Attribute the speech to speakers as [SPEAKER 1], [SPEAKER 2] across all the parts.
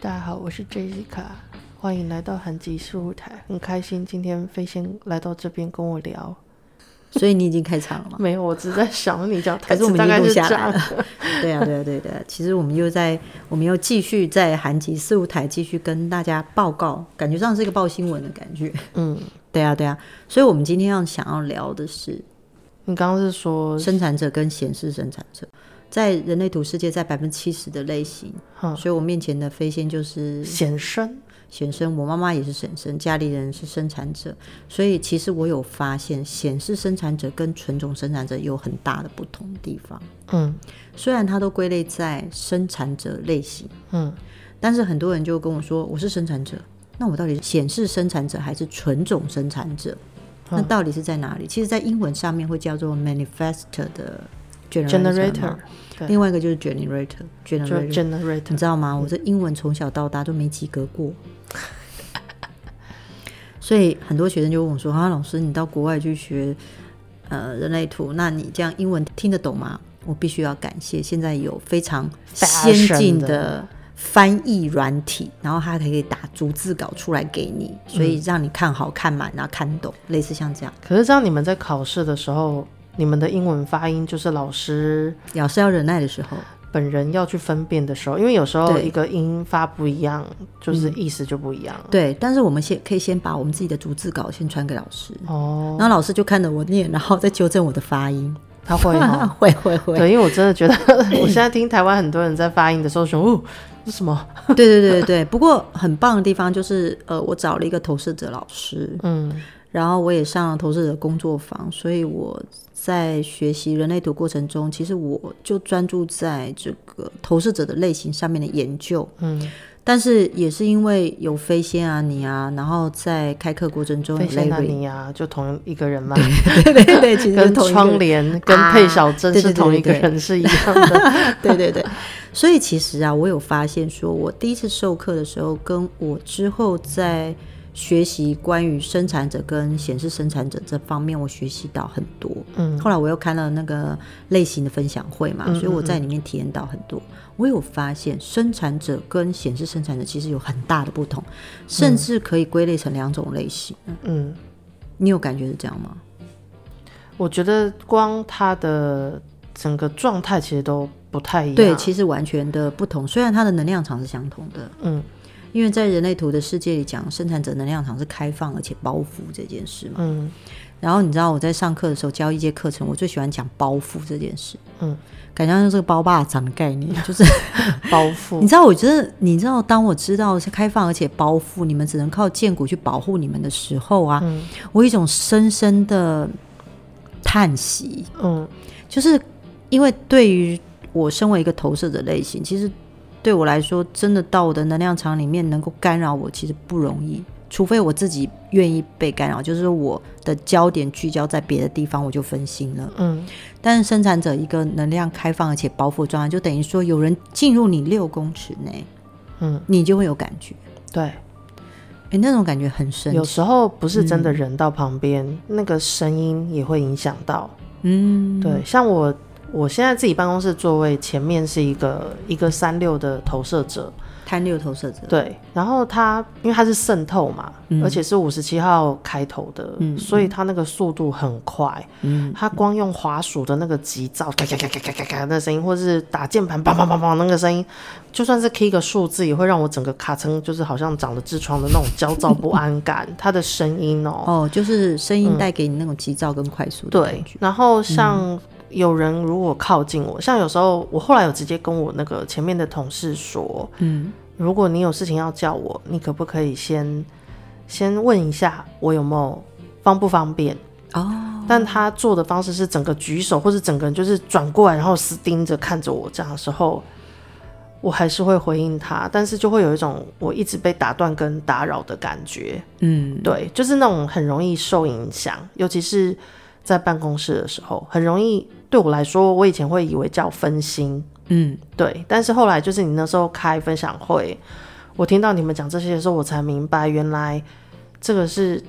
[SPEAKER 1] 大家好，我是 Jessica，欢迎来到韩籍事务台，很开心今天飞仙来到这边跟我聊。
[SPEAKER 2] 所以你已经开场 了吗？
[SPEAKER 1] 没有，我只是在想你 讲台
[SPEAKER 2] 还是我
[SPEAKER 1] 词
[SPEAKER 2] 们
[SPEAKER 1] 大
[SPEAKER 2] 已
[SPEAKER 1] 概
[SPEAKER 2] 经录
[SPEAKER 1] 是这
[SPEAKER 2] 下来
[SPEAKER 1] 样
[SPEAKER 2] 了。？ 对啊，对啊，对啊对啊。其实我们又在，我们又继续在韩籍四五台继续跟大家报告，感觉上是一个报新闻的感觉。
[SPEAKER 1] 嗯，
[SPEAKER 2] 对啊，对啊。所以我们今天要想要聊的是
[SPEAKER 1] 你刚刚是说，
[SPEAKER 2] 生产者跟显示生产者，在人类图世界在百分之七十的类型，
[SPEAKER 1] 嗯
[SPEAKER 2] 所以我面前的飞仙就是
[SPEAKER 1] 显身，
[SPEAKER 2] 显生，我妈妈也是显生，家里人是生产者，所以其实我有发现，显示生产者跟纯种生产者有很大的不同地方。
[SPEAKER 1] 嗯
[SPEAKER 2] 虽然它都归类在生产者类型，
[SPEAKER 1] 嗯
[SPEAKER 2] 但是很多人就跟我说，我是生产者，那我到底显示生产者还是纯种生产者？那到底是在哪里？其实，在英文上面会叫做 manifestor 的 generator，
[SPEAKER 1] ，generator
[SPEAKER 2] 嘛
[SPEAKER 1] 对
[SPEAKER 2] 另外一个就是 generator
[SPEAKER 1] 就
[SPEAKER 2] generator，你
[SPEAKER 1] generator，
[SPEAKER 2] 知道吗？我这英文从小到大就没及格过，所以很多学生就问我说：“啊，老师，你到国外去学呃人类图，那你这样英文听得懂吗？”我必须要感谢现在有非常先
[SPEAKER 1] Fashion
[SPEAKER 2] 进
[SPEAKER 1] 的
[SPEAKER 2] 的翻译软体，然后它可以打逐字稿出来给你，所以让你看好看满，然后看懂，类似像这样。
[SPEAKER 1] 可是这样你们在考试的时候，你们的英文发音就是老师
[SPEAKER 2] 老师要忍耐的时候，
[SPEAKER 1] 本人要去分辨的时候，因为有时候
[SPEAKER 2] 对
[SPEAKER 1] 一个音发不一样，就是意思就不一样。
[SPEAKER 2] 对，但是我们先可以先把我们自己的逐字稿先传给老师，
[SPEAKER 1] 哦，
[SPEAKER 2] 然后老师就看着我念，然后再纠正我的发音。
[SPEAKER 1] 他会哦。
[SPEAKER 2] 会会会，
[SPEAKER 1] 对，因为我真的觉 得，我现在听台湾很多人在发音的时候说，哦，这什么？
[SPEAKER 2] 对对对对对。不过很棒的地方就是，呃，我找了一个投射者老师，
[SPEAKER 1] 嗯
[SPEAKER 2] 然后我也上了投射者工作坊，所以我在学习人类图过程中，其实我就专注在这个投射者的类型上面的研究。
[SPEAKER 1] 嗯，
[SPEAKER 2] 但是也是因为有飞仙啊你啊，然后在开课过程中有
[SPEAKER 1] 费谢纳
[SPEAKER 2] Larry，
[SPEAKER 1] 尼亚啊就同一个人嘛，
[SPEAKER 2] 对对对，其实是
[SPEAKER 1] 跟
[SPEAKER 2] 同一个人
[SPEAKER 1] 窗帘跟
[SPEAKER 2] 啊
[SPEAKER 1] 佩小珍
[SPEAKER 2] 对
[SPEAKER 1] 是
[SPEAKER 2] 对对
[SPEAKER 1] 同一个
[SPEAKER 2] 对对
[SPEAKER 1] 人是一样的。
[SPEAKER 2] 对对对，所以其实啊，我有发现说，我第一次授课的时候，跟我之后在学习关于生产者跟显示生产者这方面，我学习到很多。
[SPEAKER 1] 嗯
[SPEAKER 2] 后来我又看了那个类型的分享会嘛，
[SPEAKER 1] 嗯
[SPEAKER 2] 所以我在里面体验到很多。我有发现，生产者跟显示生产者其实有很大的不同，甚至可以归类成两种类型。
[SPEAKER 1] 嗯，
[SPEAKER 2] 你有感觉是这样吗？
[SPEAKER 1] 我觉得光他的整个状态其实都不太一样。
[SPEAKER 2] 对，其实完全的不同，虽然它的能量场是相同的，
[SPEAKER 1] 嗯
[SPEAKER 2] 因为在人类图的世界里讲，生产者能量场是开放而且包覆这件事嘛。
[SPEAKER 1] 嗯
[SPEAKER 2] 然后你知道我在上课的时候教一节课程，我最喜欢讲包覆这件事，
[SPEAKER 1] 嗯，
[SPEAKER 2] 感觉像是个包霸掌的概 念，就是
[SPEAKER 1] 包
[SPEAKER 2] 你
[SPEAKER 1] 袱。
[SPEAKER 2] 知道，我觉得你知道，当我知道是开放而且包覆，你们只能靠建骨去保护你们的时候啊，
[SPEAKER 1] 嗯
[SPEAKER 2] 我有一种深深的叹息，
[SPEAKER 1] 嗯
[SPEAKER 2] 就是因为对于我身为一个投射者类型，其实对我来说，真的到我的能量场里面能够干扰我，其实不容易。除非我自己愿意被干扰，就是说我的焦点聚焦在别的地方，我就分心了。
[SPEAKER 1] 嗯
[SPEAKER 2] 但是生产者一个能量开放而且包覆的状态，就等于说有人进入你六公尺内，
[SPEAKER 1] 嗯，
[SPEAKER 2] 你就会有感觉，
[SPEAKER 1] 对。
[SPEAKER 2] 诶，那种感觉很深
[SPEAKER 1] 有。时候不是真
[SPEAKER 2] 嗯
[SPEAKER 1] 的人到旁边，那个声音也会影响到。
[SPEAKER 2] 嗯，
[SPEAKER 1] 对，像我我现在自己办公室座位前面是一个一个三六的投射者，
[SPEAKER 2] 贪六投射者，
[SPEAKER 1] 对，然后它因为它是渗透嘛，
[SPEAKER 2] 嗯
[SPEAKER 1] 而且是五十七号开头的，
[SPEAKER 2] 嗯
[SPEAKER 1] 所以它那个速度很快，
[SPEAKER 2] 嗯，
[SPEAKER 1] 它光用滑鼠的那个急躁，嘎嘎嘎嘎嘎嘎嘎的声音，或是打键盘砰砰砰砰那个声音，就算是 key 个数字，也会让我整个咔嚓，就是好像长了痔疮的那种焦躁不安感。它的声音哦，
[SPEAKER 2] 哦，就是声音带给你那种急躁跟快速
[SPEAKER 1] 嗯
[SPEAKER 2] 的
[SPEAKER 1] 对
[SPEAKER 2] 感觉，，嗯
[SPEAKER 1] 然后像有人如果靠近我，像有时候我后来有直接跟我那个前面的同事说，
[SPEAKER 2] 嗯，
[SPEAKER 1] 如果你有事情要叫我，你可不可以先先问一下我有没有方不方便？
[SPEAKER 2] 哦，
[SPEAKER 1] 但他做的方式是整个举手，或是整个人就是转过来，然后死盯着看着我这样的时候，我还是会回应他，但是就会有一种我一直被打断跟打扰的感觉。
[SPEAKER 2] 嗯，
[SPEAKER 1] 对，就是那种很容易受影响，尤其是在办公室的时候，很容易。对我来说，我以前会以为叫分心，
[SPEAKER 2] 嗯。
[SPEAKER 1] 对，但是后来就是你那时候开分享会，我听到你们讲这些的时候，我才明白原来这个是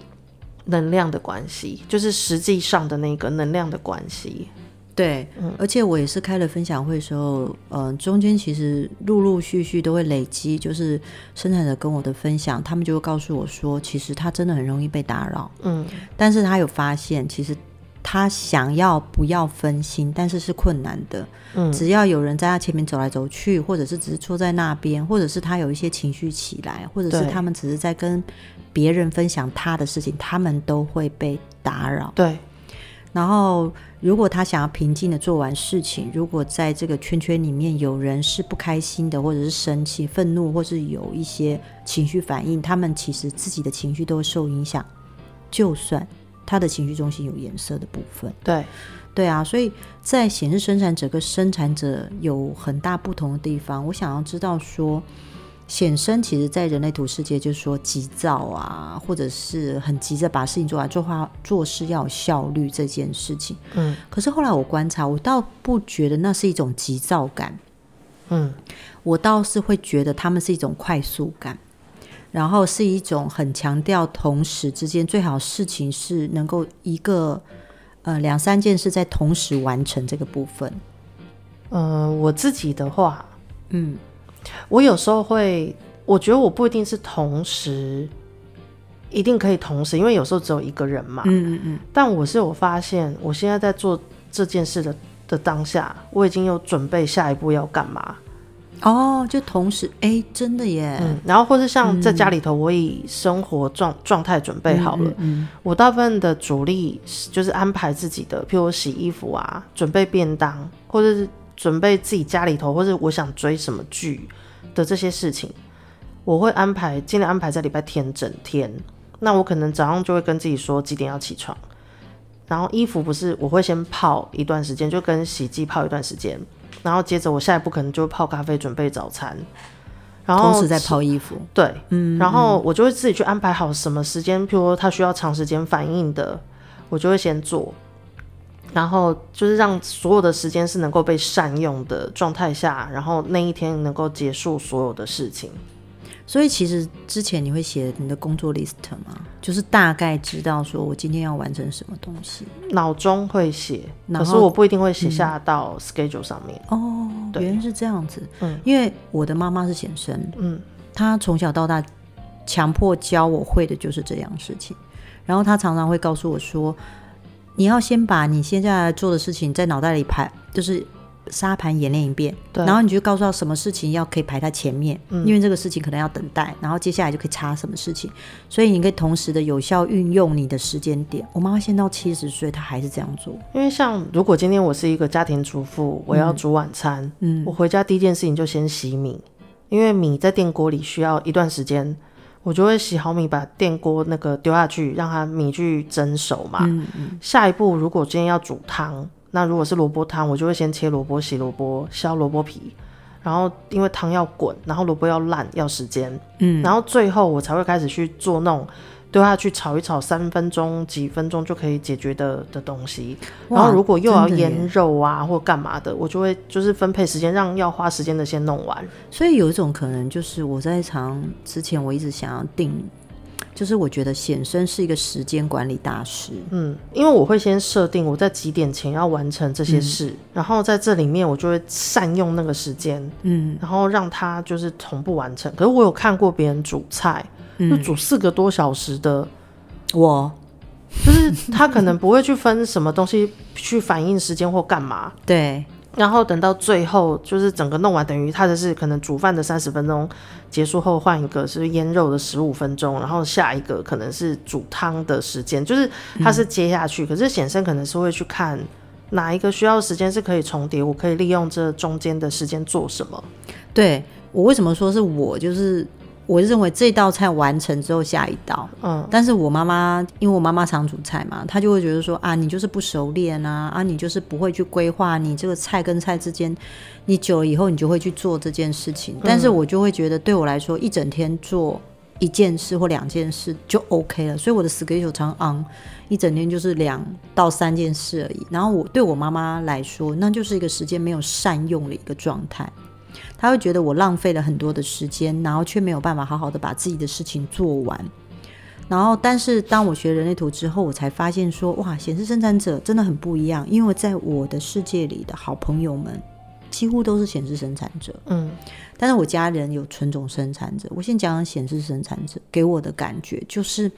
[SPEAKER 1] 能量的关系，就是实际上的那个能量的关系。
[SPEAKER 2] 对，
[SPEAKER 1] 嗯
[SPEAKER 2] 而且我也是开了分享会的时候，嗯、中间其实陆陆续续都会累积，就是生产者跟我的分享，他们就会告诉我说，其实他真的很容易被打扰，
[SPEAKER 1] 嗯，
[SPEAKER 2] 但是他有发现，其实他想要不要分心，但是是困难的，
[SPEAKER 1] 嗯
[SPEAKER 2] 只要有人在他前面走来走去，或者是只是坐在那边，或者是他有一些情绪起来，或者是
[SPEAKER 1] 对
[SPEAKER 2] 他们只是在跟别人分享他的事情，他们都会被打扰。
[SPEAKER 1] 对，
[SPEAKER 2] 然后，如果他想要平静的做完事情，如果在这个圈圈里面有人是不开心的，或者是生气、愤怒，或是有一些情绪反应，他们其实自己的情绪都会受影响。就算他的情绪中心有颜色的部分，
[SPEAKER 1] 对，
[SPEAKER 2] 对啊，所以在显示生产者跟生产者有很大不同的地方。我想要知道说，显生其实在人类图世界就是说急躁啊，或者是很急着把事情做完，做话做事要有效率这件事情。
[SPEAKER 1] 嗯
[SPEAKER 2] 可是后来我观察，我倒不觉得那是一种急躁感，
[SPEAKER 1] 嗯，
[SPEAKER 2] 我倒是会觉得他们是一种快速感，然后是一种很强调同时之间最好事情是能够一个呃两三件事在同时完成这个部分。
[SPEAKER 1] 呃，我自己的话，
[SPEAKER 2] 嗯，
[SPEAKER 1] 我有时候会，我觉得我不一定是同时，一定可以同时，因为有时候只有一个人嘛。
[SPEAKER 2] 嗯嗯嗯，
[SPEAKER 1] 但我是有发现，我现在在做这件事的的当下，我已经有准备下一步要干嘛。
[SPEAKER 2] 哦，就同时，哎，真的耶，
[SPEAKER 1] 嗯，然后或是像在家里头，我以生活状状态准备好了，
[SPEAKER 2] 嗯，
[SPEAKER 1] 我大部分的主力是就是安排自己的，譬如洗衣服啊，准备便当，或者是准备自己家里头，或者我想追什么剧的这些事情，我会安排尽量安排在礼拜天整天。那我可能早上就会跟自己说几点要起床，然后衣服不是我会先泡一段时间，就跟洗衣机泡一段时间，然后接着我下一步可能就会泡咖啡准备早餐，然后
[SPEAKER 2] 同时在泡衣服，
[SPEAKER 1] 对，
[SPEAKER 2] 嗯
[SPEAKER 1] 然后我就会自己去安排好什么时间，譬如说他需要长时间反应的，我就会先做，然后就是让所有的时间是能够被善用的状态下，然后那一天能够结束所有的事情。
[SPEAKER 2] 所以其实之前你会写你的工作 list 吗？就是大概知道说我今天要完成什么东西。
[SPEAKER 1] 脑中会写，
[SPEAKER 2] 然
[SPEAKER 1] 可
[SPEAKER 2] 后嗯
[SPEAKER 1] 是我不一定会写下到 schedule 上面。
[SPEAKER 2] 哦，
[SPEAKER 1] 对
[SPEAKER 2] 原来是这样子。
[SPEAKER 1] 嗯
[SPEAKER 2] 因为我的妈妈是显生，
[SPEAKER 1] 嗯，
[SPEAKER 2] 她从小到大强迫教我会的就是这样事情。然后她常常会告诉我说：“你要先把你现在做的事情在脑袋里排，就是沙盘演练一遍，
[SPEAKER 1] 对嗯
[SPEAKER 2] 然后你就告诉他什么事情要可以排在前面，因为这个事情可能要等待，然后接下来就可以插什么事情，所以你可以同时的有效运用你的时间点。”我妈妈现在到七十岁，她还是这样做。
[SPEAKER 1] 因为像如果今天我是一个家庭主妇，我要煮晚餐，
[SPEAKER 2] 嗯
[SPEAKER 1] 我回家第一件事情就先洗米，因为米在电锅里需要一段时间，我就会洗好米，把电锅那个丢下去，让它米去蒸熟嘛。
[SPEAKER 2] 嗯嗯，
[SPEAKER 1] 下一步如果今天要煮汤，那如果是萝卜汤，我就会先切萝卜、洗萝卜、削萝卜皮，然后因为汤要滚，然后萝卜要烂，要时间，
[SPEAKER 2] 嗯，
[SPEAKER 1] 然后最后我才会开始去做那种。丢下去炒一炒，三分钟、几分钟就可以解决的的东西。然后
[SPEAKER 2] 哇
[SPEAKER 1] 如果又要
[SPEAKER 2] 真的耶
[SPEAKER 1] 腌肉啊或干嘛的，我就会就是分配时间，让要花时间的先弄完。
[SPEAKER 2] 所以有一种可能就是我在常之前，我一直想要定，就是我觉得显生是一个时间管理大师。
[SPEAKER 1] 嗯，因为我会先设定我在几点前要完成这些事，然后在这里面我就会善用那个时间，
[SPEAKER 2] 嗯，
[SPEAKER 1] 然后让它就是同步完成。可是我有看过别人煮菜，就煮四个多小时的，
[SPEAKER 2] 我
[SPEAKER 1] 就是他可能不会去分什么东西去反应时间或干嘛，
[SPEAKER 2] 对
[SPEAKER 1] 然后等到最后，就是整个弄完，等于他的是可能煮饭的三十分钟结束后，换一个是腌肉的十五分钟，然后下一个可能是煮汤的时间，就是它是接下去。可是显生可能是会去看哪一个需要时间是可以重叠，我可以利用这中间的时间做什么。
[SPEAKER 2] 对，我为什么说是我？就是我认为这道菜完成之后下一道，
[SPEAKER 1] 嗯，
[SPEAKER 2] 但是我妈妈，因为我妈妈常煮菜嘛，她就会觉得说啊，你就是不熟练啊，啊，你就是不会去规划你这个菜跟菜之间，你久了以后你就会去做这件事情。但是我就会觉得，对我来说，一整天做一件事或两件事就 OK 了，所以我的 schedule 常 on，一整天就是两到三件事而已。然后我对我妈妈来说，那就是一个时间没有善用的一个状态。她会觉得我浪费了很多的时间，然后却没有办法好好的把自己的事情做完。然后，但是当我学人类图之后，我才发现说，哇，显示生产者真的很不一样，因为在我的世界里的好朋友们几乎都是显示生产者，
[SPEAKER 1] 嗯，
[SPEAKER 2] 但是我家人有纯种生产者。我先讲讲显示生产者给我的感觉，就是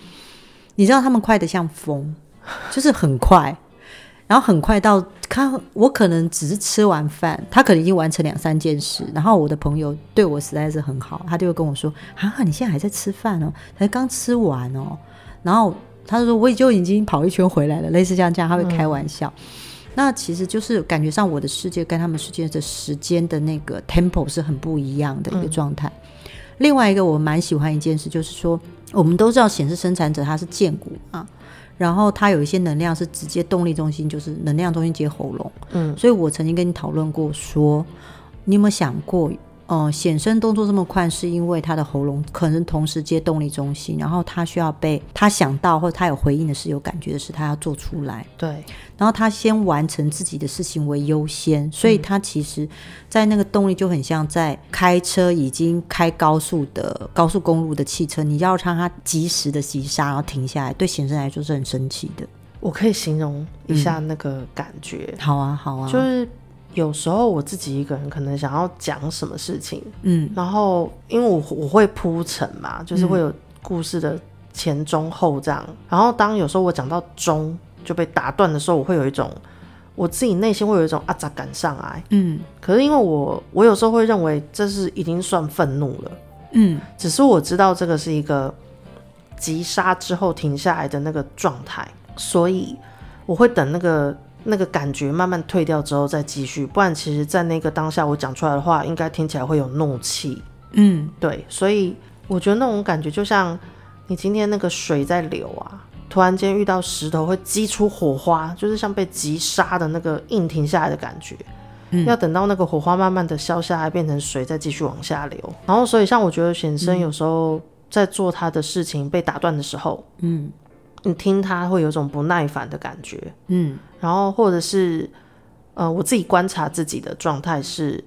[SPEAKER 2] 你知道他们快得像风，就是很快，然后很快到看我可能只是吃完饭，他可能已经完成两三件事。然后我的朋友对我实在是很好，他就会跟我说：“啊，你现在还在吃饭哦，才刚吃完哦。”然后他就说：“我就已经跑一圈回来了。”类似像这样，他会开玩笑。那其实就是感觉上我的世界跟他们世界的时间的那个 tempo 是很不一样的一个状态。另外一个我蛮喜欢一件事，就是说嗯我们都知道显示生产者他是剑骨啊，然后他有一些能量是直接动力中心，就是能量中心接喉咙。
[SPEAKER 1] 嗯，
[SPEAKER 2] 所以我曾经跟你讨论过说，你有没有想过，呃，显身动作这么快，是因为他的喉咙可能同时接动力中心，然后他需要被他想到或者他有回应的是有感觉的是他要做出来。
[SPEAKER 1] 对，
[SPEAKER 2] 然后他先完成自己的事情为优先，所以他其实，在那个动力就很像在开车已经开高速的高速公路的汽车，你要让它及时的急刹，然后停下来，对先生来说是很神奇的。
[SPEAKER 1] 我可以形容一下那个感觉，
[SPEAKER 2] 好啊，好啊，
[SPEAKER 1] 就是有时候我自己一个人可能想要讲什么事情，
[SPEAKER 2] 嗯
[SPEAKER 1] 然后因为我我会铺陈嘛，就是会有故事的前中后这样。然后当有时候我讲到中就被打断的时候，我会有一种我自己内心会有一种啊咋赶上来？
[SPEAKER 2] 嗯
[SPEAKER 1] 可是因为我我有时候会认为这是已经算愤怒了，
[SPEAKER 2] 嗯
[SPEAKER 1] 只是我知道这个是一个急刹之后停下来的那个状态，所以我会等那个。那个感觉慢慢退掉之后再继续，不然其实，在那个当下我讲出来的话，应该听起来会有怒气。
[SPEAKER 2] 嗯
[SPEAKER 1] 对，所以我觉得那种感觉就像你今天那个水在流啊，突然间遇到石头会激出火花，就是像被急刹的那个硬停下来的感觉。
[SPEAKER 2] 嗯
[SPEAKER 1] 要等到那个火花慢慢的消下来，变成水，再继续往下流。然后，所以像我觉得显
[SPEAKER 2] 嗯
[SPEAKER 1] 生有时候在做他的事情被打断的时候，
[SPEAKER 2] 嗯
[SPEAKER 1] 你听他会有一种不耐烦的感觉。
[SPEAKER 2] 嗯
[SPEAKER 1] 然后或者是呃，我自己观察自己的状态是，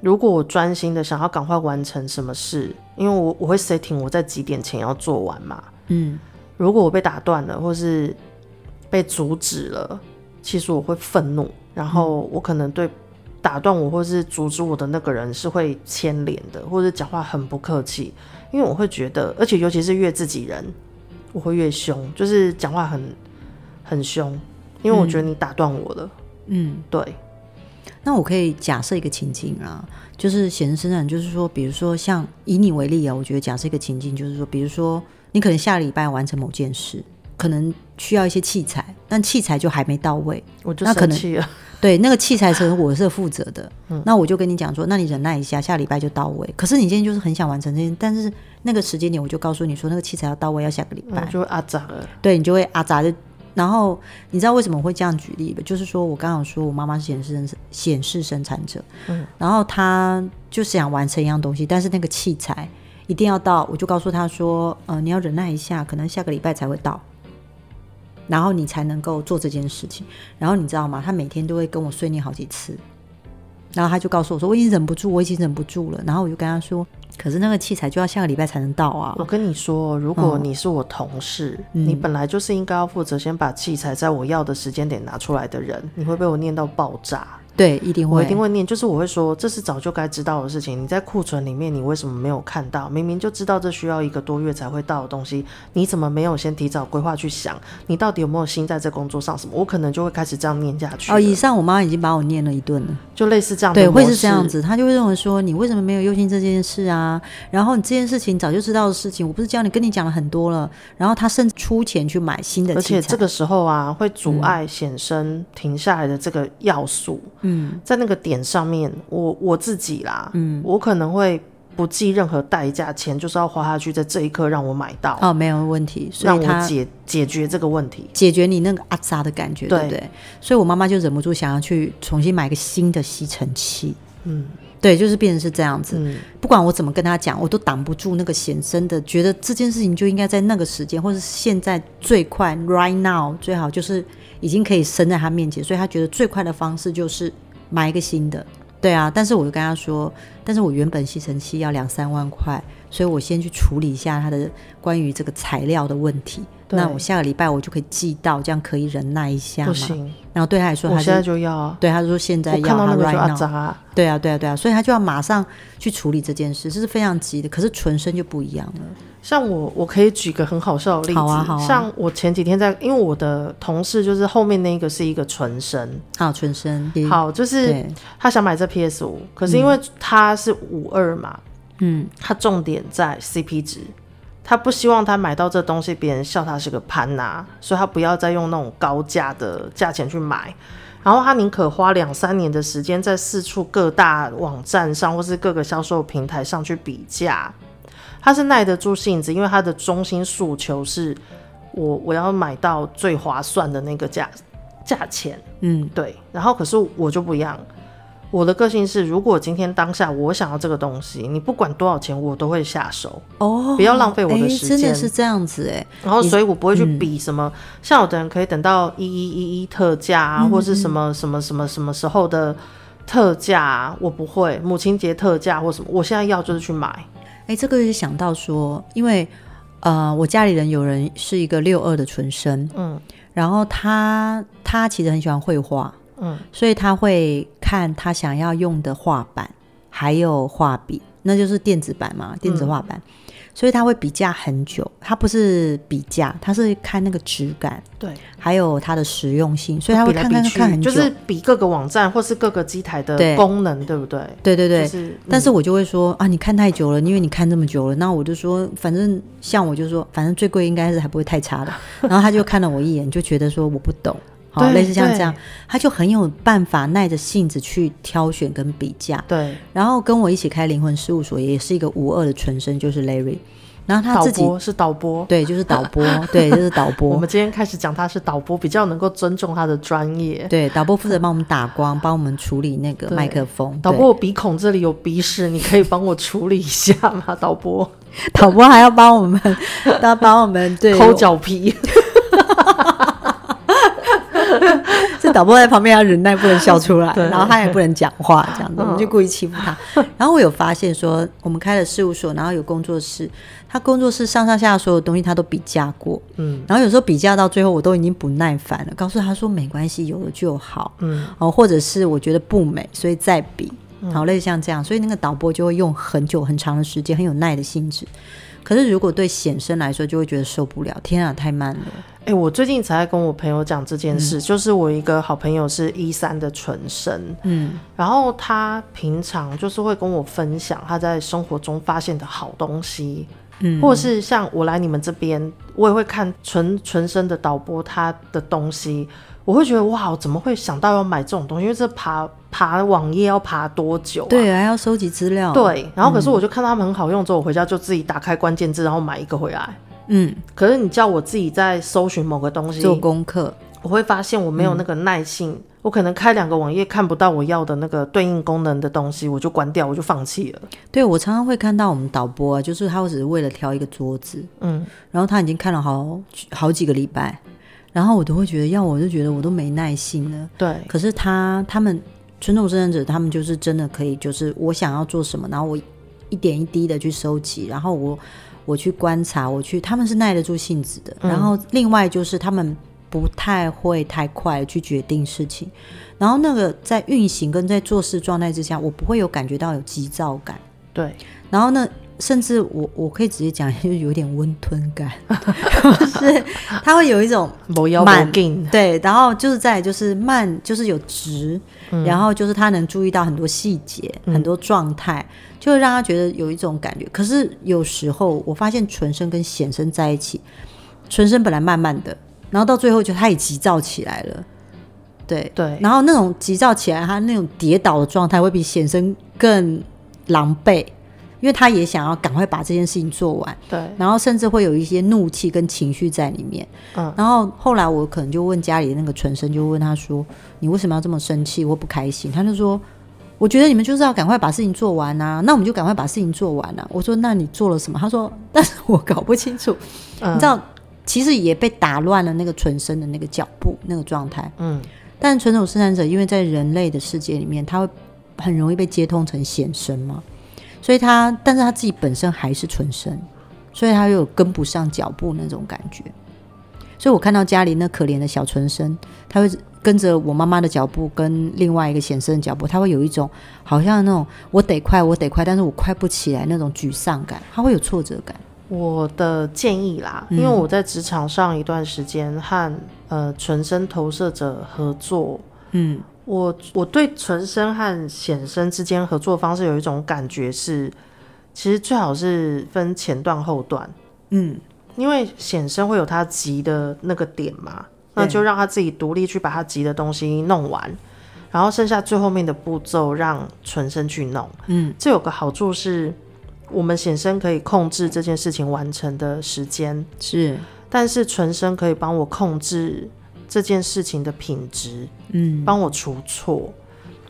[SPEAKER 1] 如果我专心的想要赶快完成什么事，因为我我会 setting 我在几点前要做完嘛。
[SPEAKER 2] 嗯
[SPEAKER 1] 如果我被打断了，或是被阻止了，其实我会愤怒，然后
[SPEAKER 2] 嗯
[SPEAKER 1] 我可能对打断我或是阻止我的那个人是会牵连的，或者讲话很不客气，因为我会觉得，而且尤其是越自己人，我会越凶，就是讲话很很凶，因为我觉得你打断我了，
[SPEAKER 2] 嗯。
[SPEAKER 1] 对，
[SPEAKER 2] 那我可以假设一个情境啊，就是显示生产，就是说，比如说像以你为例啊，我觉得假设一个情境，就是说，比如说你可能下礼拜完成某件事，可能需要一些器材，但器材就还没到位，
[SPEAKER 1] 我就
[SPEAKER 2] 那可
[SPEAKER 1] 生
[SPEAKER 2] 能
[SPEAKER 1] 气了，
[SPEAKER 2] 对，那个器材是我是负责的，那我就跟你讲说，那你忍耐一下，下礼拜就到位。可是你今天就是很想完成这件，但是那个时间点我就告诉你说，那个器材要到位，要下个礼
[SPEAKER 1] 我
[SPEAKER 2] 拜。
[SPEAKER 1] 就会啊咋了，
[SPEAKER 2] 对你就会啊咋就。然后你知道为什么会这样举例吧？就是说我刚刚有说我妈妈是显示生显示生产者，
[SPEAKER 1] 嗯，
[SPEAKER 2] 然后她就是想完成一样东西，但是那个器材一定要到，我就告诉她说，呃，你要忍耐一下，可能下个礼拜才会到，然后你才能够做这件事情。然后你知道吗？她每天都会跟我碎念好几次，然后她就告诉我说，我已经忍不住，我已经忍不住了。然后我就跟她说，可是那个器材就要下个礼拜才能到啊。
[SPEAKER 1] 我跟你说，哦如
[SPEAKER 2] 嗯
[SPEAKER 1] 果你是我同事，你本来就是应该要负责先把器材在我要的时间点拿出来的人，你会被我念到爆炸。
[SPEAKER 2] 对，一定
[SPEAKER 1] 我
[SPEAKER 2] 会，
[SPEAKER 1] 一定会念，就是我会说，这是早就该知道的事情。你在库存里面，你为什么没有看到？明明就知道这需要一个多月才会到的东西，你怎么没有先提早规划去想？你到底有没有心在这工作上？什么？我可能就会开始这样念下去了。
[SPEAKER 2] 哦，以上我妈已经把我念了一顿了，
[SPEAKER 1] 就类似这样的
[SPEAKER 2] 对，会
[SPEAKER 1] 模
[SPEAKER 2] 是这样
[SPEAKER 1] 式。
[SPEAKER 2] 子，她就会认为说你为什么没有忧心这件事啊？然后你这件事情早就知道的事情，我不是叫你跟你讲了很多了，然后她甚至出钱去买新的
[SPEAKER 1] 而
[SPEAKER 2] 器
[SPEAKER 1] 且
[SPEAKER 2] 材，
[SPEAKER 1] 这个时候啊，会阻碍显身停下来的这个要素，
[SPEAKER 2] 嗯
[SPEAKER 1] 在那个点上面，我我自己啦，
[SPEAKER 2] 嗯，
[SPEAKER 1] 我可能会不计任何代价，钱就是要花下去，在这一刻让我买到，
[SPEAKER 2] 哦没有问题，所
[SPEAKER 1] 让
[SPEAKER 2] 以
[SPEAKER 1] 我
[SPEAKER 2] 她
[SPEAKER 1] 解解决这个问题。
[SPEAKER 2] 解决你那个阿扎的感觉，对
[SPEAKER 1] 对
[SPEAKER 2] 不对？所以我妈妈就忍不住想要去重新买个新的吸尘器，
[SPEAKER 1] 嗯
[SPEAKER 2] 对，就是变成是这样子。
[SPEAKER 1] 嗯。
[SPEAKER 2] 不管我怎么跟他讲，我都挡不住那个显生的，觉得这件事情就应该在那个时间，或是现在最快，right now 最好就是已经可以生在他面前，所以他觉得最快的方式就是买一个新的。对啊，但是我就跟他说，但是我原本吸尘器要两三万块，所以我先去处理一下它的关于这个材料的问题。
[SPEAKER 1] 对
[SPEAKER 2] 那我下个礼拜我就可以寄到，这样可以忍耐一下
[SPEAKER 1] 不
[SPEAKER 2] 嘛。
[SPEAKER 1] 行，
[SPEAKER 2] 然后对他来说，
[SPEAKER 1] 我
[SPEAKER 2] 他
[SPEAKER 1] 现在
[SPEAKER 2] 是
[SPEAKER 1] 就要啊！
[SPEAKER 2] 对他说现在
[SPEAKER 1] 我
[SPEAKER 2] 要
[SPEAKER 1] 看到
[SPEAKER 2] 他
[SPEAKER 1] 那个就
[SPEAKER 2] right
[SPEAKER 1] 要
[SPEAKER 2] now，
[SPEAKER 1] 砸啊，
[SPEAKER 2] 对啊，对啊，对啊，所以他就要马上去处理这件事，这是非常急的。可是纯生就不一样了，
[SPEAKER 1] 像我，我可以举个很好笑的例子，
[SPEAKER 2] 好啊好啊
[SPEAKER 1] 像我前几天在，因为我的同事就是后面那个是一个纯生，
[SPEAKER 2] 啊，纯生，
[SPEAKER 1] 好，就是
[SPEAKER 2] 对，
[SPEAKER 1] 他想买这 PS 五，可是因为他是五二嘛，
[SPEAKER 2] 嗯，
[SPEAKER 1] 他重点在 CP 值，他不希望他买到这东西别人笑他是个潘拿，所以他不要再用那种高价的价钱去买。然后他宁可花两三年的时间在四处各大网站上或是各个销售平台上去比价，他是耐得住性子，因为他的中心诉求是我我要买到最划算的那个价价钱。
[SPEAKER 2] 嗯，
[SPEAKER 1] 对，然后可是我就不一样，我的个性是，如果今天当下我想要这个东西，你不管多少钱，我都会下手。
[SPEAKER 2] 哦，
[SPEAKER 1] 不要浪费我的
[SPEAKER 2] 诶
[SPEAKER 1] 时
[SPEAKER 2] 真的
[SPEAKER 1] 间
[SPEAKER 2] 是这嗯样子哎，
[SPEAKER 1] 然后，所以我不会去比什么，像有的人可以等到一一一一特价啊，
[SPEAKER 2] 嗯
[SPEAKER 1] 或是什么什么什么什么时候的特价啊，我不会。母亲节特价或什么，我现在要就是去买。
[SPEAKER 2] 哎，这个就想到说，因为呃，我家里人有人是一个六二的纯生，
[SPEAKER 1] 嗯
[SPEAKER 2] 然后他他其实很喜欢绘画，
[SPEAKER 1] 嗯，
[SPEAKER 2] 所以他会看他想要用的画板，还有画笔，那就是电子版嘛，
[SPEAKER 1] 嗯
[SPEAKER 2] 电子画板。所以他会比价很久，他不是比价，他是看那个质感，
[SPEAKER 1] 对，
[SPEAKER 2] 还有它的实用性，所以他会
[SPEAKER 1] 比来
[SPEAKER 2] 看
[SPEAKER 1] 比
[SPEAKER 2] 看
[SPEAKER 1] 去
[SPEAKER 2] 看很久。
[SPEAKER 1] 就是比各个网站或是各个机台的
[SPEAKER 2] 对
[SPEAKER 1] 功能，对不对？
[SPEAKER 2] 对对对，
[SPEAKER 1] 就是嗯
[SPEAKER 2] 但是我就会说啊，你看太久了，因为你看这么久了，那我就说，反正像我就说，反正最贵应该是还不会 太差的。然后他就看了我一眼，就觉得说我不懂，好，
[SPEAKER 1] 对
[SPEAKER 2] 类似像这样
[SPEAKER 1] 对，
[SPEAKER 2] 他就很有办法耐着性子去挑选跟比价。
[SPEAKER 1] 对，
[SPEAKER 2] 然后跟我一起开灵魂事务所，也是一个无二的纯生，就是 Larry。然后他
[SPEAKER 1] 导
[SPEAKER 2] 自己
[SPEAKER 1] 播是导播，
[SPEAKER 2] 对，就是导播， 对，就是导
[SPEAKER 1] 我
[SPEAKER 2] 播，
[SPEAKER 1] 们今天开始讲他是导播，比较能够尊重他的专业。
[SPEAKER 2] 对，导播负责帮我们打光，帮我们处理那个
[SPEAKER 1] 对
[SPEAKER 2] 麦克风。
[SPEAKER 1] 导
[SPEAKER 2] 对
[SPEAKER 1] 播，我鼻孔这里有鼻屎，你可以帮我处理一下吗？导 播，
[SPEAKER 2] 导播还要帮我们， 要帮我们对
[SPEAKER 1] 抠脚皮，
[SPEAKER 2] 这导播在旁边要忍耐，不能笑出来，
[SPEAKER 1] 对嗯
[SPEAKER 2] 然后他也不能讲话，这样子，我们就故意欺负 他。然后我有发现说，我们开了事务所，然后有工作室，他工作室上上下下所有东西他都比价过，
[SPEAKER 1] 嗯
[SPEAKER 2] 然后有时候比价到最后我都已经不耐烦了，告诉他说没关系，有了就好，
[SPEAKER 1] 嗯，
[SPEAKER 2] 哦，或者是我觉得不美，所以再比，好类似像这样，所以那个导播就会用很久很长的时间，很有耐的性质。可是如果对显生来说，就会觉得受不了，天啊，太慢了，
[SPEAKER 1] 哎、我最近才在跟我朋友讲这件事，就是我一个好朋友是一三的纯生，
[SPEAKER 2] 嗯
[SPEAKER 1] 然后他平常就是会跟我分享他在生活中发现的好东西，
[SPEAKER 2] 嗯，
[SPEAKER 1] 或是像我来你们这边，我也会看纯纯生的导播他的东西，我会觉得哇，我怎么会想到要买这种东西？因为这爬爬网页要爬多久、啊？
[SPEAKER 2] 对，还啊嗯要收集资料，。
[SPEAKER 1] 对，然后可是我就看到他们很好用之后，我回家就自己打开关键字，然后买一个回来。
[SPEAKER 2] 嗯，
[SPEAKER 1] 可是你叫我自己在搜寻某个东西，
[SPEAKER 2] 做功课，
[SPEAKER 1] 我会发现我没有那个耐性，我可能开两个网页看不到我要的那个对应功能的东西，我就关掉，我就放弃了。
[SPEAKER 2] 对我常常会看到我们导播啊，就是他只是为了挑一个桌子，
[SPEAKER 1] 嗯，
[SPEAKER 2] 然后他已经看了好好几个礼拜，然后我都会觉得，要我就觉得我都没耐心了。
[SPEAKER 1] 对，
[SPEAKER 2] 可是他他们尊重志愿者，他们就是真的可以，就是我想要做什么，然后我一点一滴的去收集，然后我我去观察，我去，他们是耐得住性子的。
[SPEAKER 1] 嗯
[SPEAKER 2] 然后另外就是他们不太会太快地去决定事情，然后那个在运行跟在做事状态之下，我不会有感觉到有急躁感。
[SPEAKER 1] 对，
[SPEAKER 2] 然后呢，甚至我我可以直接讲，就是有点温吞感， 就是他会有一种
[SPEAKER 1] 我要
[SPEAKER 2] 慢
[SPEAKER 1] 慢 进，
[SPEAKER 2] 对，然后就是再来就是慢，就是有直，然后就是他能注意到很多细节、很多状态，就会让他觉得有一种感觉。可是有时候我发现纯生跟显生在一起，纯生本来慢慢的，然后到最后就他也急躁起来了，对。
[SPEAKER 1] 对，
[SPEAKER 2] 然后那种急躁起来，他那种跌倒的状态会比显生更狼狈，因为他也想要赶快把这件事情做完。
[SPEAKER 1] 对，
[SPEAKER 2] 然后甚至会有一些怒气跟情绪在里面。
[SPEAKER 1] 嗯
[SPEAKER 2] 然后后来我可能就问家里的那个纯生，就问他说：“你为什么要这么生气或不开心？”他就说：“我觉得你们就是要赶快把事情做完啊，那我们就赶快把事情做完啊。”我说：“那你做了什么？”他说：“但是我搞不清楚。
[SPEAKER 1] 嗯
[SPEAKER 2] 你知道，其实也被打乱了那个纯生的那个脚步那个状态。
[SPEAKER 1] 嗯，
[SPEAKER 2] 但纯种生产者因为在人类的世界里面，他会很容易被接通成显生嘛，所以他，但是他自己本身还是纯生，所以他又有跟不上脚步那种感觉。所以我看到家里那可怜的小纯生，他会跟着我妈妈的脚步，跟另外一个显生的脚步，他会有一种好像那种我得快，我得快，但是我快不起来那种沮丧感，他会有挫折感。
[SPEAKER 1] 我的建议啦，因为我在职场上一段时间和呃纯生投射者合作，
[SPEAKER 2] 嗯，
[SPEAKER 1] 我我对纯生和显生之间合作方式有一种感觉是，其实最好是分前段后段，
[SPEAKER 2] 嗯，
[SPEAKER 1] 因为显生会有他急的那个点嘛，那
[SPEAKER 2] 对
[SPEAKER 1] 就让他自己独立去把他急的东西弄完，然后剩下最后面的步骤让纯生去弄。
[SPEAKER 2] 嗯，
[SPEAKER 1] 这有个好处是，我们显生可以控制这件事情完成的时间，
[SPEAKER 2] 是，
[SPEAKER 1] 但是纯生可以帮我控制这件事情的品质，
[SPEAKER 2] 嗯，
[SPEAKER 1] 帮我除错。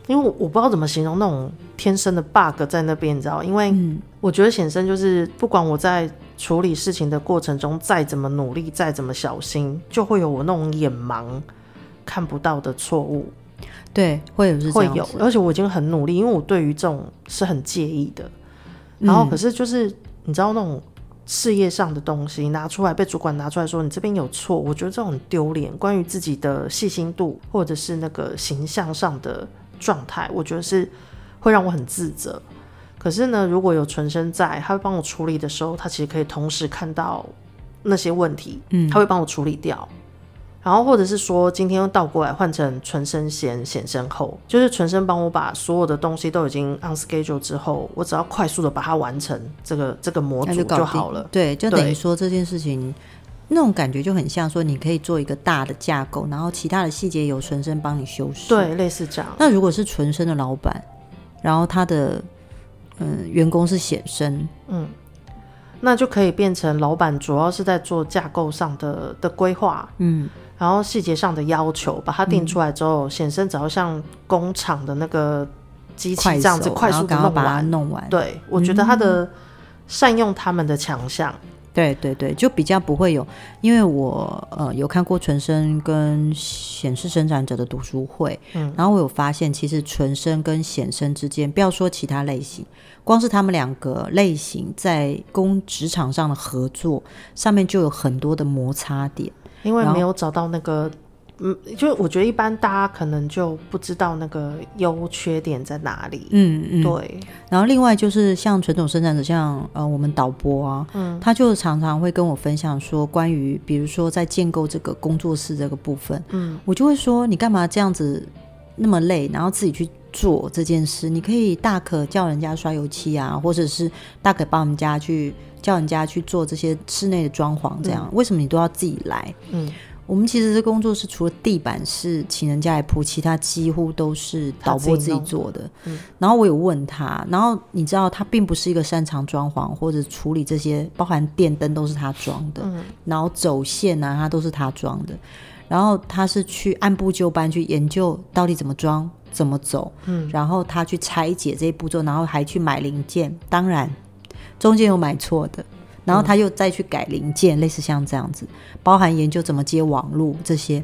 [SPEAKER 1] 因为我我不知道怎么形容那种天生的 bug 在那边，你知道？因为
[SPEAKER 2] 嗯
[SPEAKER 1] 我觉得显生就是不管我在处理事情的过程中再怎么努力，再怎么小心，就会有我那种眼盲看不到的错误，
[SPEAKER 2] 对，会有是这
[SPEAKER 1] 会
[SPEAKER 2] 样
[SPEAKER 1] 有。
[SPEAKER 2] 子
[SPEAKER 1] 而且我已经很努力，因为我对于这种是很介意的。然后
[SPEAKER 2] 嗯
[SPEAKER 1] 可是就是你知道那种事业上的东西拿出来被主管拿出来说你这边有错，我觉得这种很丢脸。关于自己的细心度或者是那个形象上的状态，我觉得是会让我很自责。可是呢，如果有纯生在，他会帮我处理的时候，他其实可以同时看到那些问题，
[SPEAKER 2] 嗯
[SPEAKER 1] 他会帮我处理掉。然后或者是说，今天又倒过来换成纯生先，显身后，就是纯生帮我把所有的东西都已经 on schedule 之后，我只要快速的把它完成这个这个模
[SPEAKER 2] 那
[SPEAKER 1] 组
[SPEAKER 2] 搞
[SPEAKER 1] 就
[SPEAKER 2] 定
[SPEAKER 1] 好了。
[SPEAKER 2] 对，就等于
[SPEAKER 1] 对
[SPEAKER 2] 说这件事情，那种感觉就很像说，你可以做一个大的架构，然后其他的细节由纯生帮你修饰。，
[SPEAKER 1] 对，类似这样。
[SPEAKER 2] 那如果是纯生的老板，然后他的嗯、员工是显生，
[SPEAKER 1] 那就可以变成老板主要是在做架构上的的规划，
[SPEAKER 2] 嗯，
[SPEAKER 1] 然后细节上的要求，把它定出来之后，显身只要像工厂的那个机器
[SPEAKER 2] 快
[SPEAKER 1] 这样子
[SPEAKER 2] 手
[SPEAKER 1] 快
[SPEAKER 2] 然
[SPEAKER 1] 速
[SPEAKER 2] 后
[SPEAKER 1] 的
[SPEAKER 2] 赶快
[SPEAKER 1] 弄
[SPEAKER 2] 把它嗯
[SPEAKER 1] 完。
[SPEAKER 2] 弄完。
[SPEAKER 1] 对，我觉得他的善用他们的强项，
[SPEAKER 2] 对对对，就比较不会有，因为我呃有看过纯生跟显示生产者的读书会，
[SPEAKER 1] 嗯
[SPEAKER 2] 然后我有发现，其实纯生跟显生之间，不要说其他类型，光是他们两个类型在工职场上的合作上面就有很多的摩擦点。
[SPEAKER 1] 因为
[SPEAKER 2] 然后
[SPEAKER 1] 没有找到那个，嗯，就我觉得一般大家可能就不知道那个优缺点在哪里。
[SPEAKER 2] 嗯嗯
[SPEAKER 1] 对，
[SPEAKER 2] 然后另外就是像纯种生产者，像呃我们导播啊，
[SPEAKER 1] 嗯
[SPEAKER 2] 他就常常会跟我分享说，关于比如说在建构这个工作室这个部分，
[SPEAKER 1] 嗯，
[SPEAKER 2] 我就会说你干嘛这样子那么累，然后自己去做这件事？你可以大可叫人家刷油漆啊，或者是大可帮人家去叫人家去做这些室内的装潢，这样、为什么你都要自己来？
[SPEAKER 1] 嗯，
[SPEAKER 2] 我们其实这工作室除了地板是请人家来铺，其他几乎都是导播
[SPEAKER 1] 他自己
[SPEAKER 2] 自己
[SPEAKER 1] 弄的
[SPEAKER 2] 做的。
[SPEAKER 1] 嗯
[SPEAKER 2] 然后我有问他，然后你知道他并不是一个擅长装潢或者处理这些，包含电灯都是他装的，
[SPEAKER 1] 嗯
[SPEAKER 2] 然后走线啊，他都是他装的。然后他是去按部就班去研究到底怎么装、怎么走，
[SPEAKER 1] 嗯
[SPEAKER 2] 然后他去拆解这一步骤，然后还去买零件，当然中间有买错的，然后
[SPEAKER 1] 嗯
[SPEAKER 2] 他又再去改零件，类似像这样子，包含研究怎么接网路这些。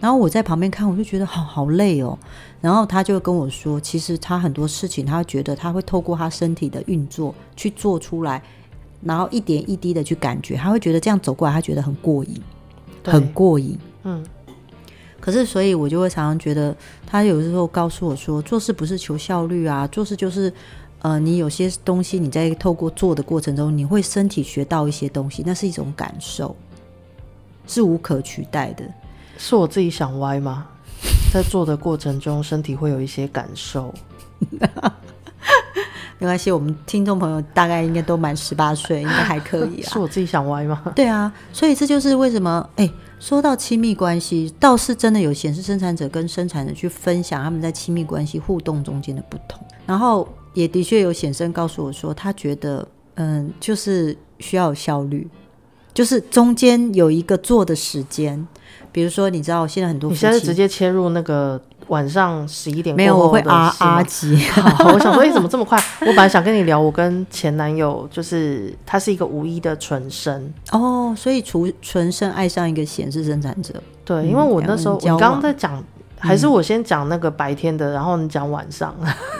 [SPEAKER 2] 然后我在旁边看，我就觉得好好累哦。然后他就跟我说，其实他很多事情，他觉得他会透过他身体的运作去做出来，然后一点一滴的去感觉，他会觉得这样走过来，他觉得很过瘾，
[SPEAKER 1] 对
[SPEAKER 2] 很过瘾。
[SPEAKER 1] 嗯
[SPEAKER 2] 可是，所以我就会常常觉得，他有时候告诉我说，做事不是求效率啊，做事就是，呃，你有些东西你在透过做的过程中，你会身体学到一些东西，那是一种感受，是无可取代的。
[SPEAKER 1] 是我自己想歪吗？在做的过程中，身体会有一些感受。
[SPEAKER 2] 没关系，我们听众朋友大概应该都满十八岁，应该还可以
[SPEAKER 1] 是
[SPEAKER 2] 啊。
[SPEAKER 1] 我自己想歪 吗？
[SPEAKER 2] 对啊，所以这就是为什么，哎，说到亲密关系，倒是真的有显示生产者跟生产者去分享他们在亲密关系互动中间的不同，然后也的确有显生告诉我说，他觉得，嗯，就是需要有效率，就是中间有一个做的时间，比如说你知道现在很多
[SPEAKER 1] 你
[SPEAKER 2] 夫
[SPEAKER 1] 现在直
[SPEAKER 2] 妻
[SPEAKER 1] 接切入那个晚上十一点
[SPEAKER 2] 没有，
[SPEAKER 1] 过
[SPEAKER 2] 我
[SPEAKER 1] 后
[SPEAKER 2] 会
[SPEAKER 1] 的
[SPEAKER 2] 啊
[SPEAKER 1] 事吗
[SPEAKER 2] 啊急。
[SPEAKER 1] 好，我想说，哎、怎么这么快？我本来想跟你聊，我跟前男友就是他是一个无一的纯生，
[SPEAKER 2] 哦，所以除纯生爱上一个显示生产者，
[SPEAKER 1] 对，
[SPEAKER 2] 嗯
[SPEAKER 1] 因为我那时候
[SPEAKER 2] 两
[SPEAKER 1] 我
[SPEAKER 2] 个人交
[SPEAKER 1] 刚
[SPEAKER 2] 往
[SPEAKER 1] 刚在讲还是我先讲那个白天的，然后你讲晚上。
[SPEAKER 2] 嗯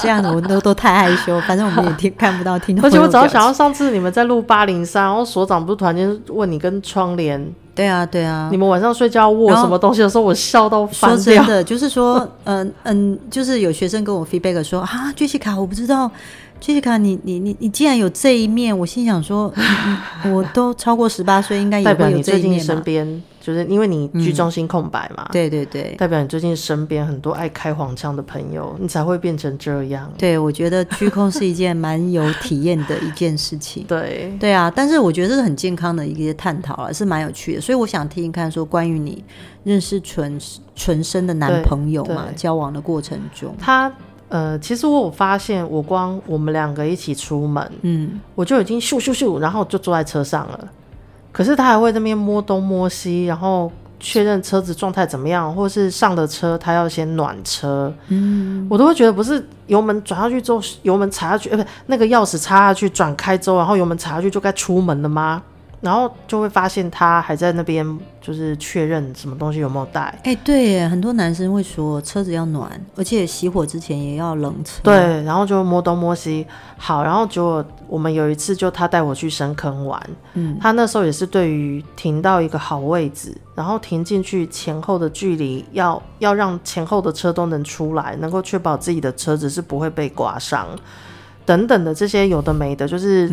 [SPEAKER 2] 这样子我都都太害羞，反正我们也听看不到听到。
[SPEAKER 1] 而且我只要想到上次你们在录八零三，然后所长不是突然间问你跟窗帘，
[SPEAKER 2] 对啊对啊
[SPEAKER 1] 你，们晚上睡觉握
[SPEAKER 2] 然后
[SPEAKER 1] 什么东西的时候，我笑到
[SPEAKER 2] 说
[SPEAKER 1] 翻
[SPEAKER 2] 真
[SPEAKER 1] 掉。
[SPEAKER 2] 的，就是说，嗯嗯，就是有学生跟我 feedback 说啊，杰西卡，我不知道，杰西卡，你你你你既然有这一面，我心想说，嗯嗯我都超过十八岁，应该
[SPEAKER 1] 代
[SPEAKER 2] 也
[SPEAKER 1] 表
[SPEAKER 2] 会有啊嗯
[SPEAKER 1] 你
[SPEAKER 2] 这
[SPEAKER 1] 最
[SPEAKER 2] 一
[SPEAKER 1] 近
[SPEAKER 2] 面
[SPEAKER 1] 身
[SPEAKER 2] 嘛。
[SPEAKER 1] 边就是因为你居中心空白嘛，
[SPEAKER 2] 对对对，
[SPEAKER 1] 代表你最近身边很多爱开黄腔的朋友，你才会变成这样。
[SPEAKER 2] 对我觉得居控是一件蛮有体验的一件事情。
[SPEAKER 1] 对，
[SPEAKER 2] 对啊，但是我觉得这是很健康的一些探讨啊了，是蛮有趣的。所以我想听听看，说关于你认识纯纯生的男
[SPEAKER 1] 对
[SPEAKER 2] 朋友嘛，
[SPEAKER 1] 对
[SPEAKER 2] 交往的过程中，
[SPEAKER 1] 他呃，其实我有发现，我光我们两个一起出门，
[SPEAKER 2] 嗯，
[SPEAKER 1] 我就已经咻咻咻，然后就坐在车上了。可是他还会在那边摸东摸西，然后确认车子状态怎么样，或是上了车他要先暖车，嗯，我都会觉得不是油门转下去之后，油门踩下去，呃，不，那个钥匙插下去转开之后，然后油门踩下去就该出门了吗？然后就会发现他还在那边就是确认什么东西有没有带，
[SPEAKER 2] 哎、对耶，很多男生会说车子要暖，而且熄火之前也要冷车。，
[SPEAKER 1] 对，然后就摸东摸西。好，然后结果我们有一次就他带我去深坑玩，
[SPEAKER 2] 嗯，
[SPEAKER 1] 他那时候也是对于停到一个好位置，然后停进去前后的距离要要让前后的车都能出来，能够确保自己的车子是不会被刮伤。等等的这些有的没的，就是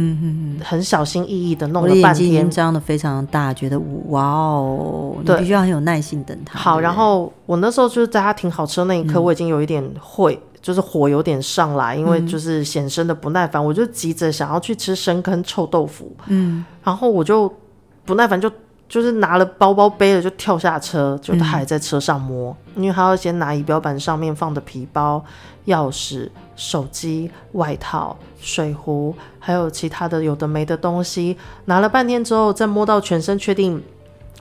[SPEAKER 1] 很小心翼翼的弄
[SPEAKER 2] 嗯我的
[SPEAKER 1] 了
[SPEAKER 2] 眼
[SPEAKER 1] 半
[SPEAKER 2] 睛已经
[SPEAKER 1] 天。
[SPEAKER 2] 张得非常大，觉得哇哦，你
[SPEAKER 1] 对
[SPEAKER 2] 必须要很有耐心等他。
[SPEAKER 1] 好，
[SPEAKER 2] 对不嗯
[SPEAKER 1] 然
[SPEAKER 2] 对
[SPEAKER 1] 后我那时候就是在他停好车那一刻，我已经有一点会，就是火有点上来，因
[SPEAKER 2] 嗯
[SPEAKER 1] 为就是显生的不耐烦，我就急着想要去吃深坑臭豆腐，
[SPEAKER 2] 嗯，
[SPEAKER 1] 然后我就不耐烦就。就是拿了包包背了就跳下车，就他还在车上摸，
[SPEAKER 2] 嗯
[SPEAKER 1] 因为他要先拿仪表板上面放的皮包、钥匙、手机、外套、水壶，还有其他的有的没的东西，拿了半天之后再摸到全身，确定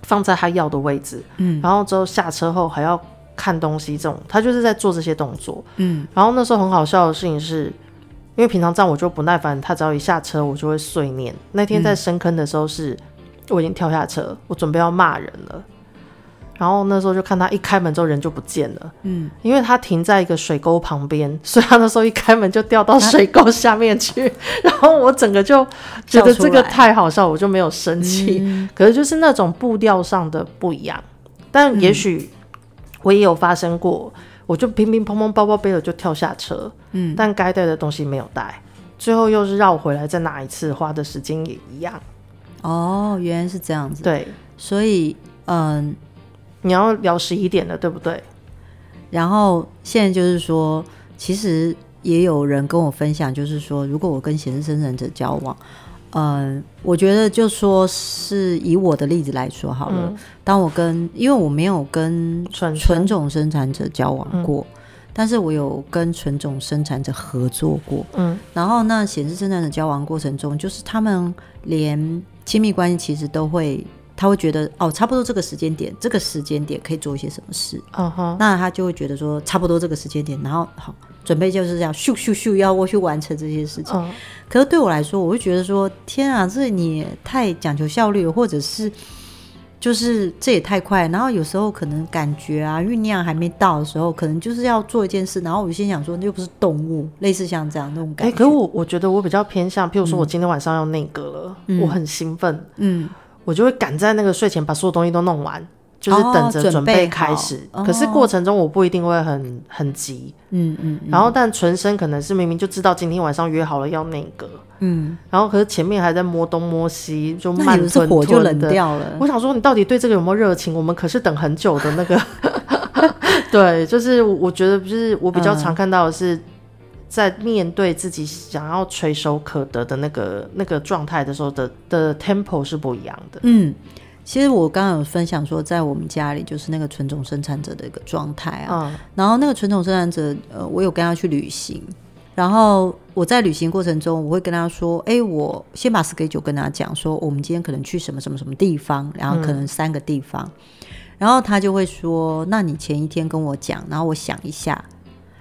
[SPEAKER 1] 放在他要的位置，嗯，然后之后下车后还要看东西，这种他就是在做这些动作，嗯，然后那时候很好笑的事情是，因为平常这样我就不耐烦，他只要一下车我就会碎念。那天在深坑的时候是，我已经跳下车，我准备要骂人了。然后那时候就看他一开门之后人就不见了，嗯，因为他停在一个水沟旁边， 所以他那时候一开门就掉到水沟下面去， 然后我整个就觉得
[SPEAKER 2] 笑出
[SPEAKER 1] 这个
[SPEAKER 2] 来
[SPEAKER 1] 太好笑，我就没有生气。可是就是那种步调上的不一样，但也许我也有发生过，我就乒乒乓乓包包背了就跳下车，嗯，但该带的东西没有带，最后又是绕回来再拿一次，花的时间也一样。
[SPEAKER 2] 哦，原来是这样子。
[SPEAKER 1] 对，
[SPEAKER 2] 所以，嗯，
[SPEAKER 1] 你要聊十一点的，对不对？
[SPEAKER 2] 然后现在就是说，其实也有人跟我分享，就是说，如果我跟显示生成者交往，嗯、我觉得就说是以我的例子来说好
[SPEAKER 1] 嗯
[SPEAKER 2] 了，当我跟，因为我没有跟
[SPEAKER 1] 纯
[SPEAKER 2] 纯种生产者交往过。
[SPEAKER 1] 嗯
[SPEAKER 2] 但是我有跟纯种生产者合作过，
[SPEAKER 1] 嗯，
[SPEAKER 2] 然后那显示生产者交往过程中，就是他们连亲密关系其实都会，他会觉得哦，差不多这个时间点，这个时间点可以做一些什么事，
[SPEAKER 1] 嗯哼，
[SPEAKER 2] 那他就会觉得说差不多这个时间点，然后好准备就是这样咻咻咻要我去完成这些事情。
[SPEAKER 1] 嗯，
[SPEAKER 2] 可是对我来说，我会觉得说天啊，这你也太讲求效率了，或者是就是这也太快。然后有时候可能感觉啊酝酿还没到的时候，可能就是要做一件事，然后我心想说那又不是动物，类似像这样那种
[SPEAKER 1] 哎、
[SPEAKER 2] 感觉。
[SPEAKER 1] 可我我觉得我比较偏向，譬如说我今天晚上要那个了，
[SPEAKER 2] 嗯
[SPEAKER 1] 我很兴奋，
[SPEAKER 2] 嗯，
[SPEAKER 1] 我就会赶在那个睡前把所有东西都弄完。就是
[SPEAKER 2] 哦
[SPEAKER 1] 等着
[SPEAKER 2] 准
[SPEAKER 1] 准
[SPEAKER 2] 备
[SPEAKER 1] 备
[SPEAKER 2] 好
[SPEAKER 1] 开始，
[SPEAKER 2] 哦
[SPEAKER 1] 可是过程中我不一定会很很急，
[SPEAKER 2] 嗯嗯嗯
[SPEAKER 1] 然后但纯生可能是明明就知道今天晚上约好了要那个，
[SPEAKER 2] 嗯，
[SPEAKER 1] 然后可是前面还在摸东摸西，就
[SPEAKER 2] 那
[SPEAKER 1] 慢
[SPEAKER 2] 有时
[SPEAKER 1] 吞
[SPEAKER 2] 火就冷
[SPEAKER 1] 吞的。
[SPEAKER 2] 掉了。
[SPEAKER 1] 我想说，你到底对这个有没有热情？我们可是等很久的那个。 对，就是我我觉得，就是我比
[SPEAKER 2] 嗯
[SPEAKER 1] 较常看到的是，在面对自己想要垂手可得的那个那个状态的时候的的 tempo 是不一样的。
[SPEAKER 2] 嗯，其实我刚刚有分享说，在我们家里就是那个纯种生产者的一个状态啊。
[SPEAKER 1] 嗯
[SPEAKER 2] 然后那个纯种生产者，呃，我有跟他去旅行，然后我在旅行过程中，我会跟他说，哎，我先把 schedule 跟他讲，说我们今天可能去什么什么什么地方，然后可能三个地方，然后他就会说，那你前一天跟我讲，然后我想一下，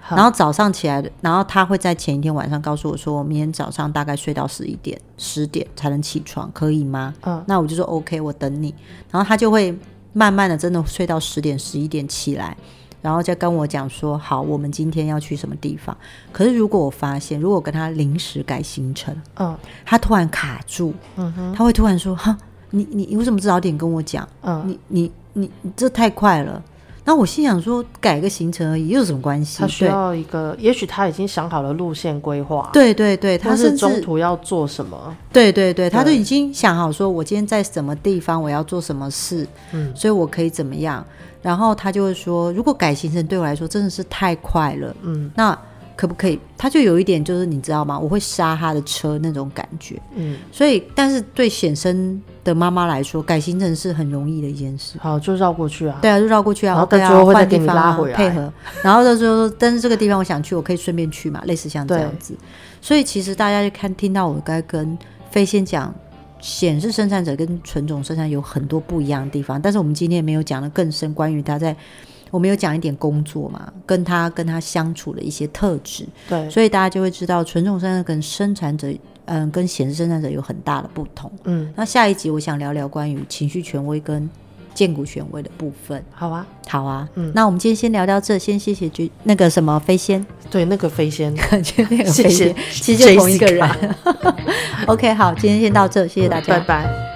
[SPEAKER 1] 好
[SPEAKER 2] 然后早上起来，然后他会在前一天晚上告诉我说，明天早上大概睡到十一点、十点才能起床，可以吗？
[SPEAKER 1] 嗯，
[SPEAKER 2] 那我就说 OK，我等你。然后他就会慢慢的真的睡到十点、十一点起来，然后再跟我讲说好，我们今天要去什么地方。可是如果我发现，如果我跟他临时改行程，
[SPEAKER 1] 嗯
[SPEAKER 2] 他突然卡住，
[SPEAKER 1] 嗯哼，
[SPEAKER 2] 他会突然说哈，你你你为什么不早点跟我讲？
[SPEAKER 1] 嗯，
[SPEAKER 2] 你你你你这太快了。那我心想说，改个行程而已，又有什么关系？
[SPEAKER 1] 他需
[SPEAKER 2] 对
[SPEAKER 1] 要一个，也许他已经想好了路线规划，，
[SPEAKER 2] 对对对，他
[SPEAKER 1] 他
[SPEAKER 2] 甚
[SPEAKER 1] 是
[SPEAKER 2] 至
[SPEAKER 1] 中途要做什么，
[SPEAKER 2] 对对对，他都
[SPEAKER 1] 对
[SPEAKER 2] 已经想好说，我今天在什么地方，我要做什么事，
[SPEAKER 1] 嗯
[SPEAKER 2] 所以我可以怎么样。然后他就会说，如果改行程对我来说真的是太快了，
[SPEAKER 1] 嗯
[SPEAKER 2] 那可不可以？他就有一点就是你知道吗？我会刹他的车那种感觉。
[SPEAKER 1] 嗯，
[SPEAKER 2] 所以，但是对显生的妈妈来说，改行程是很容易的一件事。
[SPEAKER 1] 好就绕过去啊，
[SPEAKER 2] 对啊，就绕过去啊，
[SPEAKER 1] 然后
[SPEAKER 2] 对啊
[SPEAKER 1] 到最后会再
[SPEAKER 2] 换地
[SPEAKER 1] 给你
[SPEAKER 2] 方
[SPEAKER 1] 拉
[SPEAKER 2] 啊
[SPEAKER 1] 回来
[SPEAKER 2] 配合。然后到时候说，但是这个地方我想去，我可以顺便去嘛，类似像这
[SPEAKER 1] 对
[SPEAKER 2] 样子。所以其实大家就看听到我该跟飞仙讲，显示生产者跟纯种生产有很多不一样的地方，但是我们今天没有讲的更深，关于他在。我们有讲一点工作嘛，跟他跟他相处的一些特质，
[SPEAKER 1] 对，
[SPEAKER 2] 所以大家就会知道纯种生产者跟生产者，嗯，跟显示生产者有很大的不同。
[SPEAKER 1] 嗯，
[SPEAKER 2] 那下一集我想聊聊关于情绪权威跟荐股权威的部分。
[SPEAKER 1] 好啊，
[SPEAKER 2] 好啊，
[SPEAKER 1] 嗯
[SPEAKER 2] 那我们今天先聊到这，先谢谢菊那个什么飞仙，
[SPEAKER 1] 对，那个飞仙，
[SPEAKER 2] 就那个
[SPEAKER 1] 谢谢
[SPEAKER 2] 飞仙，其实就同一个
[SPEAKER 1] Jessica
[SPEAKER 2] 人。OK，好，今天先到这，谢谢大家，
[SPEAKER 1] 拜拜。